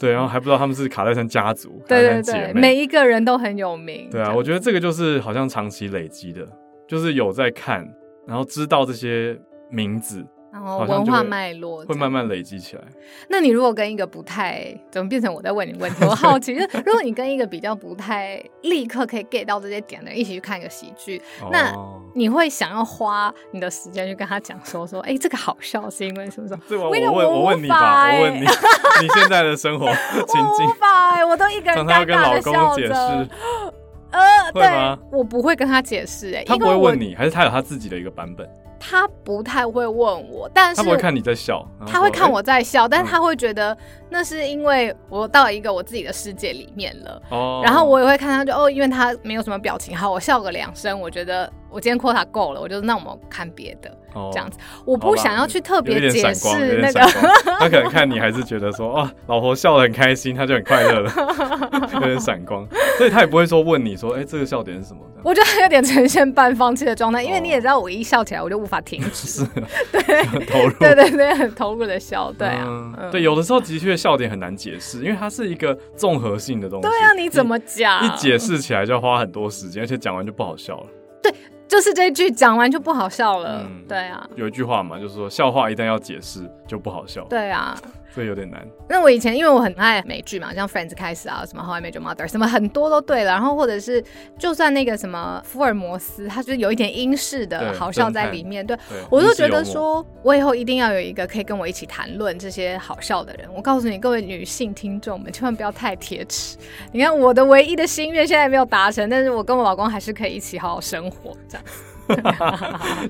Speaker 1: 对，然后还不知道他们是卡戴珊家族，卡
Speaker 2: *laughs* 对对
Speaker 1: 戴珊姐
Speaker 2: 对，
Speaker 1: 妹
Speaker 2: 每一个人都很有名。
Speaker 1: 对啊，我觉得这个就是好像长期累积的，就是有在看，然后知道这些名字，
Speaker 2: 得，然后
Speaker 1: 好像
Speaker 2: 文
Speaker 1: 就
Speaker 2: 化
Speaker 1: 会
Speaker 2: 脉络
Speaker 1: 会
Speaker 2: 这
Speaker 1: 慢
Speaker 2: 样。
Speaker 1: 慢累积起来。
Speaker 2: 那你如果跟一个不太，怎么变成我在问你问题？我好奇，就是如果你跟一个比较不太立刻可以 get 到这些点的人一起去看个喜剧，那
Speaker 1: 哦、
Speaker 2: 你会想要花你的时间去跟他讲说说，哎、这个好笑是因为什么什么？
Speaker 1: 这个我
Speaker 2: 为了
Speaker 1: 问我
Speaker 2: 无
Speaker 1: 问你
Speaker 2: 法
Speaker 1: 吧，
Speaker 2: 欸
Speaker 1: 我问你， *laughs* 你现在的
Speaker 2: *laughs*
Speaker 1: 生活情
Speaker 2: 我无
Speaker 1: 境，
Speaker 2: 法、哎，我都一个人
Speaker 1: 常常要
Speaker 2: 尴
Speaker 1: 跟
Speaker 2: 尬
Speaker 1: 老
Speaker 2: 的
Speaker 1: 公
Speaker 2: 笑
Speaker 1: 解
Speaker 2: 着
Speaker 1: 释。，
Speaker 2: 呃，
Speaker 1: 会
Speaker 2: 对
Speaker 1: 吗，
Speaker 2: 我不会跟他解释、哎，
Speaker 1: 他
Speaker 2: 因
Speaker 1: 不
Speaker 2: 为
Speaker 1: 会
Speaker 2: 我
Speaker 1: 问，你，还是他有他自己的一个版本，
Speaker 2: 他不太会问我，但是
Speaker 1: 他不会看你在笑，然后
Speaker 2: 他会
Speaker 1: 说
Speaker 2: 看我在笑，但
Speaker 1: 嗯
Speaker 2: 是他会觉得那是因为我到了一个我自己的世界里面了。
Speaker 1: 哎哦，
Speaker 2: 然后我也会看他就哦，因为他没有什么表情，好，我笑个两声，我觉得我今天 quota 够了，我就那我们看别的
Speaker 1: 哦
Speaker 2: 这样子，我不想要去特
Speaker 1: 有一
Speaker 2: 别
Speaker 1: 点
Speaker 2: 解
Speaker 1: 闪光，有
Speaker 2: 释
Speaker 1: 一
Speaker 2: 那
Speaker 1: 点
Speaker 2: 个
Speaker 1: 闪。光。他可能看你还是觉得说，哦，老婆笑得很开心，他就很快乐了，有点闪光，所以他也不会说问你说，哎、这个笑点是什么？这样
Speaker 2: *laughs* 我觉得他有点呈现半放弃的状态，因为
Speaker 1: 哦
Speaker 2: 你也知道，我一笑起来我就无
Speaker 1: *laughs*
Speaker 2: 法停止。 *laughs*
Speaker 1: 很投入。
Speaker 2: 对对对，很投入的笑，对啊，
Speaker 1: 嗯
Speaker 2: 嗯
Speaker 1: 对，有的时候的确笑点很难解释，因为它是一个综合性的东西。
Speaker 2: 对啊，你怎么讲？
Speaker 1: 一解释起来就要花很多时间，而且讲完就不好笑了。
Speaker 2: 就是这一句讲完就不好笑了，
Speaker 1: 嗯
Speaker 2: 对啊，
Speaker 1: 有一句话嘛，就是说笑话一旦要解释就不好笑，
Speaker 2: 对啊。
Speaker 1: 所以有点难。
Speaker 2: 那我以前因为我很爱美剧嘛，像《Friends》开始啊，什么《How I Met Your Mother》，什么很多都对了。然后或者是就算那个什么福尔摩斯，它就是有一点英式的
Speaker 1: 对
Speaker 2: 好笑在里面。对
Speaker 1: 对，
Speaker 2: 我就
Speaker 1: 你是
Speaker 2: 觉得
Speaker 1: 幽默，
Speaker 2: 说，我以后一定要有一个可以跟我一起谈论这些好笑的人。我告诉你，各位女性听众们，千万不要太铁齿。你看我的唯一的心愿现在没有达成，但是我跟我老公还是可以一起好好生活这样。
Speaker 1: *laughs*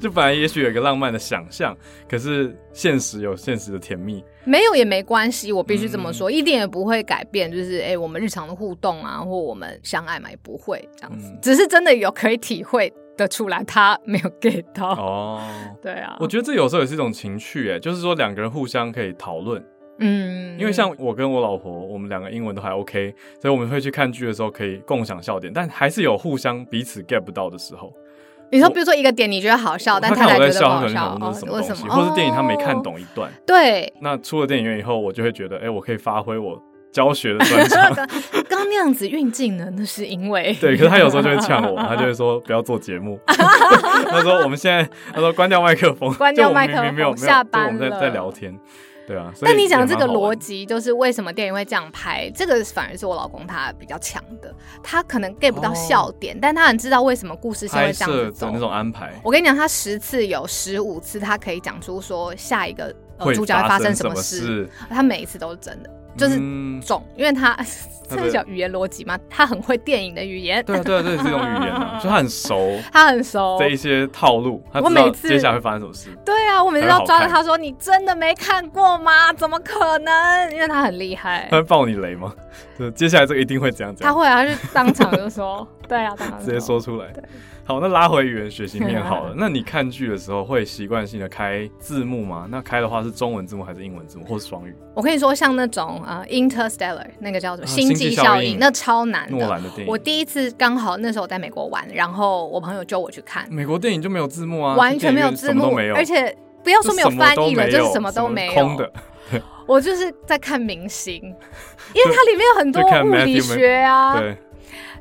Speaker 1: 就本来也许有一个浪漫的想象，可是现实有现实的甜蜜。
Speaker 2: 没有也没关系，我必须这么
Speaker 1: 嗯
Speaker 2: 说，一点也不会改变，就是哎、我们日常的互动啊，或我们相爱嘛，也不会这样子，
Speaker 1: 嗯
Speaker 2: 只是真的有可以体会的出来，他没有 get 到，
Speaker 1: 哦，
Speaker 2: 对啊，
Speaker 1: 我觉得这有时候也是一种情趣，哎，就是说两个人互相可以讨论，
Speaker 2: 嗯
Speaker 1: 因为像我跟我老婆，我们两个英文都还 OK，所以我们会去看剧的时候可以共享笑点，但还是有互相彼此 get 不到的时候。
Speaker 2: 你说，比如说一个点你觉得好笑，哦但
Speaker 1: 她看
Speaker 2: 来
Speaker 1: 我
Speaker 2: 觉
Speaker 1: 在
Speaker 2: 得不
Speaker 1: 笑，她可
Speaker 2: 好
Speaker 1: 能想，说这
Speaker 2: 笑
Speaker 1: 是什
Speaker 2: 哦
Speaker 1: 么
Speaker 2: 为
Speaker 1: 东
Speaker 2: 什
Speaker 1: 西，
Speaker 2: 么？
Speaker 1: 或者电影她没看
Speaker 2: 哦，
Speaker 1: 懂一段。
Speaker 2: 对。
Speaker 1: 那出了电影院以后，我就会觉得，哎、我可以发挥我教学的专
Speaker 2: *laughs*
Speaker 1: 长。
Speaker 2: 刚刚那样子运镜呢，那是因为
Speaker 1: *laughs* 对，可是他有时候就会呛我，他就会
Speaker 2: *laughs*
Speaker 1: 说不要做节目。他说我们现在，他说关掉麦克风，
Speaker 2: 关掉麦克
Speaker 1: 就我们明明没有
Speaker 2: 风
Speaker 1: 没有，
Speaker 2: 下
Speaker 1: 就我
Speaker 2: 班
Speaker 1: 们在
Speaker 2: 了
Speaker 1: 在聊天，对啊。所以
Speaker 2: *laughs* 但你讲的这个
Speaker 1: 也蛮好玩
Speaker 2: 逻辑，就是为什么电影会这样拍，这个反而是我老公他比较强的，他可能 get 不到
Speaker 1: 哦
Speaker 2: 笑点，但他很知道为什么故事线
Speaker 1: 拍
Speaker 2: 会这样
Speaker 1: 摄
Speaker 2: 子
Speaker 1: 的
Speaker 2: 走
Speaker 1: 那。种安排，
Speaker 2: 我跟你讲，他十次有十五次，他可以讲出说下一个、呃、
Speaker 1: 会
Speaker 2: 主角会发
Speaker 1: 生
Speaker 2: 什
Speaker 1: 什
Speaker 2: 么
Speaker 1: 么
Speaker 2: 事，？他每一次都是真的，就是
Speaker 1: 嗯
Speaker 2: 中，因为他
Speaker 1: 他
Speaker 2: *laughs* 这
Speaker 1: 的
Speaker 2: 个叫语言逻辑嘛，他很会电影的语言，
Speaker 1: 对啊，对啊，对啊，这种语言
Speaker 2: *laughs*
Speaker 1: 啊，就他很熟
Speaker 2: 他很熟。
Speaker 1: 这一些套路，他
Speaker 2: 哦我
Speaker 1: 知道
Speaker 2: 每次
Speaker 1: 接下来会发生什么事。
Speaker 2: 对啊，我每次都
Speaker 1: 很
Speaker 2: 要
Speaker 1: 好
Speaker 2: 抓着
Speaker 1: 看
Speaker 2: 他说：“你真的没看过吗？怎么可能？”因为他很厉害
Speaker 1: 他，会爆你雷吗？ *laughs* 就是接下来这个一定会怎样怎
Speaker 2: 他
Speaker 1: 样，
Speaker 2: 会啊，他就当场就说：“
Speaker 1: *laughs*
Speaker 2: 对啊，当场就
Speaker 1: 直接说出来。好，那拉回语言学习
Speaker 2: *laughs*
Speaker 1: 面好了。那你看剧的时候会习惯性的开字幕吗？那开的话是中文字幕还是英文字幕，或是双语？
Speaker 2: 我跟你说，像那种呃《Interstellar》那个叫什么
Speaker 1: 啊
Speaker 2: 《星
Speaker 1: 星际
Speaker 2: 际
Speaker 1: 效
Speaker 2: 效
Speaker 1: 应
Speaker 2: 应》，那超难
Speaker 1: 诺
Speaker 2: 的。
Speaker 1: 兰的电影，
Speaker 2: 嗯我第一次刚好那时候我在美国玩，然后我朋友揪我去看，
Speaker 1: 美国电影就没有字幕啊，
Speaker 2: 完全没有
Speaker 1: 电
Speaker 2: 字
Speaker 1: 影院什么
Speaker 2: 幕
Speaker 1: 都没，有，
Speaker 2: 而且不要说没有
Speaker 1: 就什么
Speaker 2: 翻
Speaker 1: 都
Speaker 2: 译了，
Speaker 1: 没
Speaker 2: 就
Speaker 1: 有
Speaker 2: 是什么都没有。
Speaker 1: 空的，
Speaker 2: 我就是在看明星，因为它里面有很
Speaker 1: *laughs*
Speaker 2: 多
Speaker 1: 就看
Speaker 2: 物理
Speaker 1: Matthew Mc-
Speaker 2: 学啊，
Speaker 1: 对，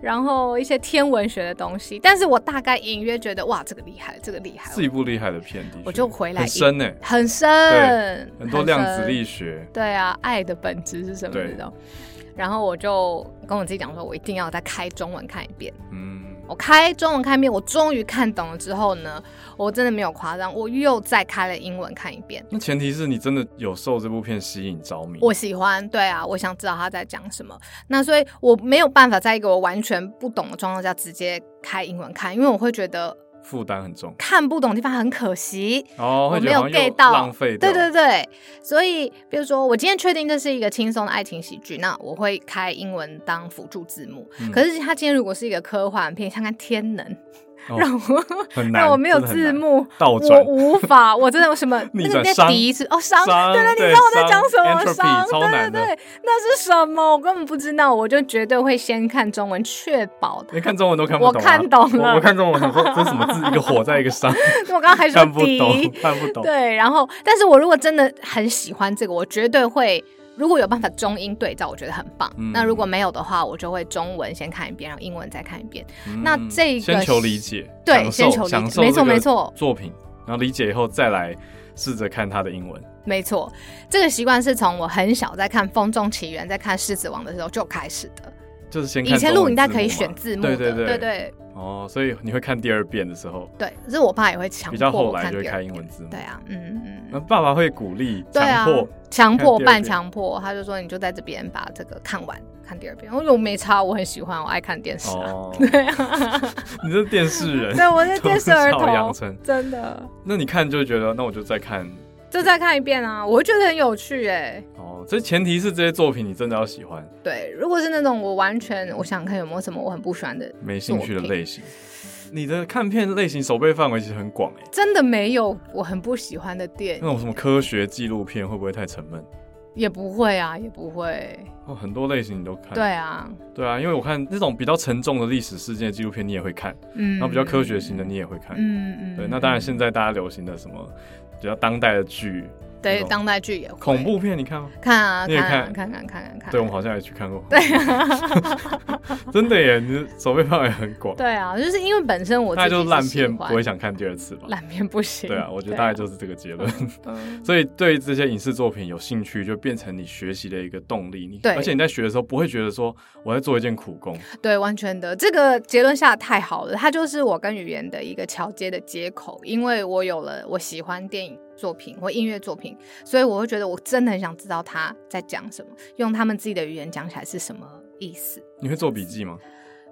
Speaker 2: 然后一些天文学的东西。但是我大概隐约觉得，哇，这个厉害，这个厉害，
Speaker 1: 是一部厉害的片，的确
Speaker 2: 我就回来
Speaker 1: 很深呢、欸
Speaker 2: 很深，
Speaker 1: 很多量子
Speaker 2: 深
Speaker 1: 力学，
Speaker 2: 对啊，爱的本质是什么
Speaker 1: 对
Speaker 2: 这种。然后我就跟我自己讲说，我一定要再开中文看一遍。
Speaker 1: 嗯，
Speaker 2: 我开中文看一遍，我终于看懂了之后呢，我真的没有夸张，我又再开了英文看一遍。
Speaker 1: 那前提是你真的有受这部片吸引着迷，
Speaker 2: 我喜欢，对啊，我想知道他在讲什么。那所以我没有办法在一个我完全不懂的状况下直接开英文看，因为我会觉得
Speaker 1: 负担很重，
Speaker 2: 看不懂的地方很可惜。
Speaker 1: 哦，会
Speaker 2: 我
Speaker 1: 觉
Speaker 2: 没
Speaker 1: 得
Speaker 2: 有
Speaker 1: 好像又
Speaker 2: get 到
Speaker 1: 浪费掉，
Speaker 2: 对对对，所以比如说，我今天确定这是一个轻松的爱情喜剧，那我会开英文当辅助字幕。
Speaker 1: 嗯
Speaker 2: 可是它今天如果是一个科幻片，像看《天能》
Speaker 1: 哦
Speaker 2: *laughs* 让我
Speaker 1: 很难，
Speaker 2: 让我没有
Speaker 1: 真的很
Speaker 2: 字
Speaker 1: 难
Speaker 2: 幕，
Speaker 1: 倒
Speaker 2: 我
Speaker 1: 转。
Speaker 2: 无法，我真的我
Speaker 1: *laughs*
Speaker 2: 什么
Speaker 1: 逆
Speaker 2: 那个
Speaker 1: 转
Speaker 2: 在
Speaker 1: 商
Speaker 2: 敌是哦伤，
Speaker 1: 商
Speaker 2: 对对，你
Speaker 1: 对
Speaker 2: 知道我在讲
Speaker 1: 商
Speaker 2: 什么
Speaker 1: entropy，
Speaker 2: 伤，
Speaker 1: 超
Speaker 2: 对对
Speaker 1: 难的
Speaker 2: 对，那是什么？我根本不知道，我就绝对会先看中文，确保它
Speaker 1: 连看中文都看不懂、啊，
Speaker 2: 我看懂了
Speaker 1: 我我看中文，想说这是什么字？一个火在一个
Speaker 2: *laughs*
Speaker 1: 山，
Speaker 2: 我刚刚还说
Speaker 1: 看不
Speaker 2: 敌
Speaker 1: 懂，，看不懂。
Speaker 2: 对，然后，但是我如果真的很喜欢这个，我绝对会，如果有办法中英对照，我觉得很棒。
Speaker 1: 嗯
Speaker 2: 那如果没有的话，我就会中文先看一遍，然后英文再看一遍。
Speaker 1: 嗯
Speaker 2: 那这个
Speaker 1: 先求理解，
Speaker 2: 对
Speaker 1: 享受
Speaker 2: 先求理
Speaker 1: 享受
Speaker 2: 解没错
Speaker 1: 这个
Speaker 2: 没错
Speaker 1: 作品，然后理解以后再来试着看他的英文。
Speaker 2: 没错，这个习惯是从我很小在看《风中奇缘》、在看《狮子王》的时候就开始的。
Speaker 1: 就是先看
Speaker 2: 以前
Speaker 1: 中
Speaker 2: 录
Speaker 1: 文
Speaker 2: 影带
Speaker 1: 字
Speaker 2: 可以
Speaker 1: 幕嘛
Speaker 2: 选字幕的，
Speaker 1: 对对对
Speaker 2: 对对
Speaker 1: 哦，所以你会看第二遍的时候，
Speaker 2: 对，可是我爸也会强
Speaker 1: 比较
Speaker 2: 迫我
Speaker 1: 后来
Speaker 2: 看
Speaker 1: 就会
Speaker 2: 第二
Speaker 1: 开
Speaker 2: 遍
Speaker 1: 英文字幕。
Speaker 2: 对啊，嗯嗯嗯。
Speaker 1: 那爸爸会鼓励、
Speaker 2: 对啊
Speaker 1: 强迫，，看
Speaker 2: 强迫
Speaker 1: 第二遍
Speaker 2: 半强迫，他就说你就在这边把这个看完，看第二遍。我有没差，我很喜欢，我爱看电视啊。
Speaker 1: 哦，
Speaker 2: 对啊，
Speaker 1: *laughs* 你这电视人，
Speaker 2: *laughs* 对，我是电视儿
Speaker 1: 从小养
Speaker 2: 童，
Speaker 1: 成。
Speaker 2: 真的
Speaker 1: 那你看就会觉得，那我就再看。
Speaker 2: 就再看一遍啊，我会觉得很有趣哎、
Speaker 1: 哦，这前提是这些作品你真的要喜欢，
Speaker 2: 对，如果是那种我完全，我想看有没有什么我很不喜欢的，
Speaker 1: 没兴趣的类型。你的看片类型手背范围其实很广哎、
Speaker 2: 真的没有我很不喜欢的电
Speaker 1: 那
Speaker 2: 影，
Speaker 1: 种什么科学纪录片会不会太沉闷？
Speaker 2: 也不会啊，也不会。
Speaker 1: 哦，很多类型你都看。
Speaker 2: 对啊，
Speaker 1: 对啊，因为我看那种比较沉重的历史事件纪录片你也会看，
Speaker 2: 嗯，
Speaker 1: 然后比较科学型的你也会看。
Speaker 2: 嗯，嗯嗯，
Speaker 1: 对，那当然现在大家流行的什么比较当代的剧、那
Speaker 2: 对
Speaker 1: 种
Speaker 2: 当代剧也会
Speaker 1: 恐怖片，你看吗？
Speaker 2: 看啊，
Speaker 1: 你也
Speaker 2: 看啊
Speaker 1: 看
Speaker 2: 看看看看看，
Speaker 1: 对，我们好像也去看过。对、 *laughs* 真的耶，你的手背范围很广。
Speaker 2: 对啊，就是因为本身我自
Speaker 1: 那
Speaker 2: 己
Speaker 1: 就是烂
Speaker 2: 喜
Speaker 1: 片不
Speaker 2: 欢
Speaker 1: 会想看第二次吧？
Speaker 2: 烂片不行。
Speaker 1: 对啊，我觉得大概就是这个结论。
Speaker 2: 嗯
Speaker 1: 所以对这些影视作品有兴趣，就变成你学习的一个动力。你
Speaker 2: 对
Speaker 1: 而且你在学的时候不会觉得说我在做一件苦工，
Speaker 2: 对，完全的这个结论下得太好了，它就是我跟语言的一个桥接的接口，因为我有了我喜欢电影。作品或音乐作品，所以我会觉得我真的很想知道他在讲什么，用他们自己的语言讲起来是什么意思。
Speaker 1: 你会做笔记吗？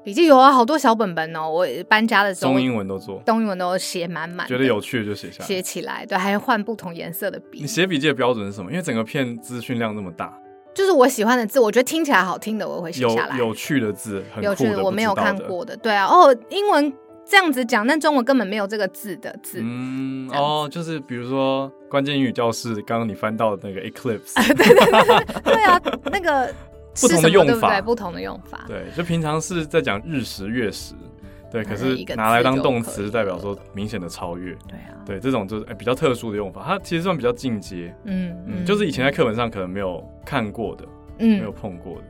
Speaker 2: 笔记有啊，好多小本本哦，我搬家的时候，
Speaker 1: 中英文都做，
Speaker 2: 东英文都写满满的，
Speaker 1: 觉得有趣的就写下来
Speaker 2: 写。起来，对，还换不同颜色的笔
Speaker 1: 你。写笔记的标准是什么？因为整个片资讯量那么大，
Speaker 2: 就是我喜欢的字，我觉得听起来好听的，我会写
Speaker 1: 有
Speaker 2: 下来。
Speaker 1: 有趣的字，很
Speaker 2: 有
Speaker 1: 酷
Speaker 2: 趣
Speaker 1: 的，
Speaker 2: 我
Speaker 1: 不
Speaker 2: 没
Speaker 1: 知
Speaker 2: 有
Speaker 1: 道
Speaker 2: 看
Speaker 1: 的。
Speaker 2: 过的。对啊，哦，英文这样子讲，但中文根本没有这个字的字。
Speaker 1: 嗯，
Speaker 2: 这样子
Speaker 1: 哦，就是比如说关键英语教室，刚刚你翻到的那个
Speaker 2: *laughs*
Speaker 1: Eclipse，
Speaker 2: 对啊，那个
Speaker 1: *laughs* 不
Speaker 2: 是
Speaker 1: 同
Speaker 2: 什
Speaker 1: 的
Speaker 2: 么
Speaker 1: 用
Speaker 2: 对不
Speaker 1: 法
Speaker 2: 对？不同的用法。
Speaker 1: 对，就平常是在讲日食月食，对，
Speaker 2: 反
Speaker 1: 可
Speaker 2: 正
Speaker 1: 是
Speaker 2: 哎一个
Speaker 1: 拿来
Speaker 2: 字
Speaker 1: 当
Speaker 2: 就
Speaker 1: 动
Speaker 2: 可
Speaker 1: 词，
Speaker 2: 以
Speaker 1: 就代表
Speaker 2: 了
Speaker 1: 说明显的超越。
Speaker 2: 对啊，
Speaker 1: 对，这种就是、哎比较特殊的用法，它其实算比较进阶，
Speaker 2: 嗯
Speaker 1: 嗯，就是以前在课本上可能没有看过的，没有
Speaker 2: 嗯，
Speaker 1: 碰过的，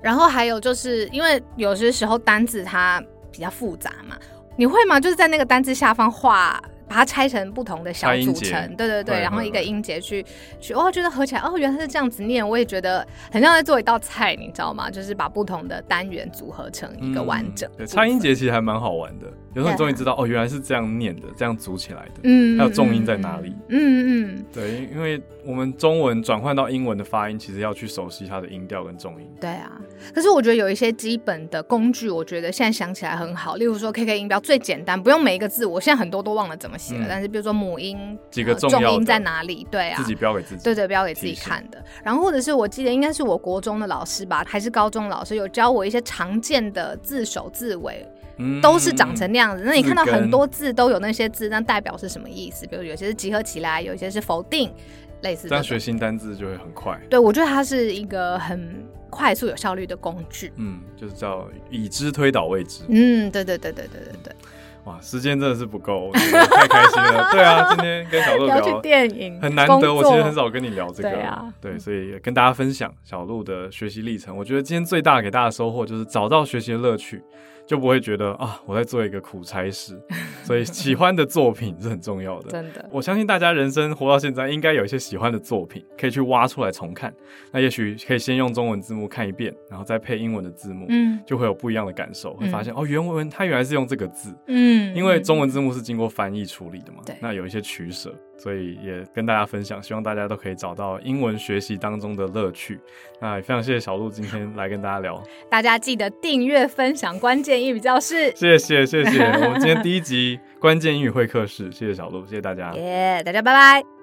Speaker 2: 然后还有就是因为有些时候单字它比较复杂嘛，你会吗？就是在那个单字下方画。把它拆成不同的小
Speaker 1: 拆音
Speaker 2: 组
Speaker 1: 节
Speaker 2: 成，对对对，
Speaker 1: 会
Speaker 2: 然后
Speaker 1: 会
Speaker 2: 一个
Speaker 1: 会
Speaker 2: 音节去去，哦，觉得合起来，哦，原来是这样子念，我也觉得很像在做一道菜，你知道吗？就是把不同的单元组合成一个完整
Speaker 1: 嗯
Speaker 2: 部
Speaker 1: 对，
Speaker 2: 分。
Speaker 1: 蔡英杰其实还蛮好玩的，有时候
Speaker 2: 对啊
Speaker 1: 你终于知道、哦，原来是这样念的，这样组起来的。
Speaker 2: 嗯，
Speaker 1: 还有重音在哪里
Speaker 2: 嗯？嗯嗯，
Speaker 1: 对，因为我们中文转换到英文的发音，其实要去熟悉它的音调跟重音。
Speaker 2: 对啊。可是我觉得有一些基本的工具，我觉得现在想起来很好。例如说 KK 音标最简单，不用每一个字，我现在很多都忘了怎么写了。
Speaker 1: 嗯
Speaker 2: 但是比如说母音
Speaker 1: 几个
Speaker 2: 呃
Speaker 1: 重要的
Speaker 2: 重音在哪里？对啊
Speaker 1: 自。己标给自己。
Speaker 2: 对对，标给自己看的。然后或者是我记得应该是我国中的老师吧，还是高中老师有教我一些常见的字首字尾，
Speaker 1: 嗯
Speaker 2: 都是长成那样子。那你看到
Speaker 1: 字根
Speaker 2: 很多字都有那些字，那代表是什么意思？比如有些是集合起来，有些是否定，类似
Speaker 1: 这样
Speaker 2: 种
Speaker 1: 学新单字就会很快。
Speaker 2: 对，我觉得它是一个很快速有效率的工具。
Speaker 1: 嗯，就是叫已知推导未知。
Speaker 2: 嗯，对对对对对对对，
Speaker 1: 哇，时间真的是不够，我觉得太开心了。对啊，今天跟小鹿
Speaker 2: 要去
Speaker 1: 聊
Speaker 2: 电影，
Speaker 1: 很难
Speaker 2: 工
Speaker 1: 得，
Speaker 2: 作
Speaker 1: 我其实很少跟你聊这个，
Speaker 2: 对啊
Speaker 1: 对所以也跟大家分享小鹿的学习历程。我觉得今天最大给大家的收获就是找到学习的乐趣，就不会觉得啊我在做一个苦差
Speaker 2: *laughs*
Speaker 1: 事。所以喜欢的作品是很重要的。
Speaker 2: 真的
Speaker 1: 我相信大家人生活到现在，应该有一些喜欢的作品可以去挖出来重看。那也许可以先用中文字幕看一遍，然后再配英文的字幕，
Speaker 2: 嗯
Speaker 1: 就会有不一样的感受，会发现、哦，原文它原来是用这个字，
Speaker 2: 嗯，
Speaker 1: 因为中文字幕是经过翻译处理的嘛
Speaker 2: 对，
Speaker 1: 那有一些取舍，所以也跟大家分享，希望大家都可以找到英文学习当中的乐趣。那也非常谢谢小鹿今天来跟大家聊，
Speaker 2: 大家记得订阅、分享，关键英语教室。
Speaker 1: 谢谢谢谢，我们今天第一集关键英语会客室，谢谢小鹿，谢谢大家，
Speaker 2: 耶大家拜拜。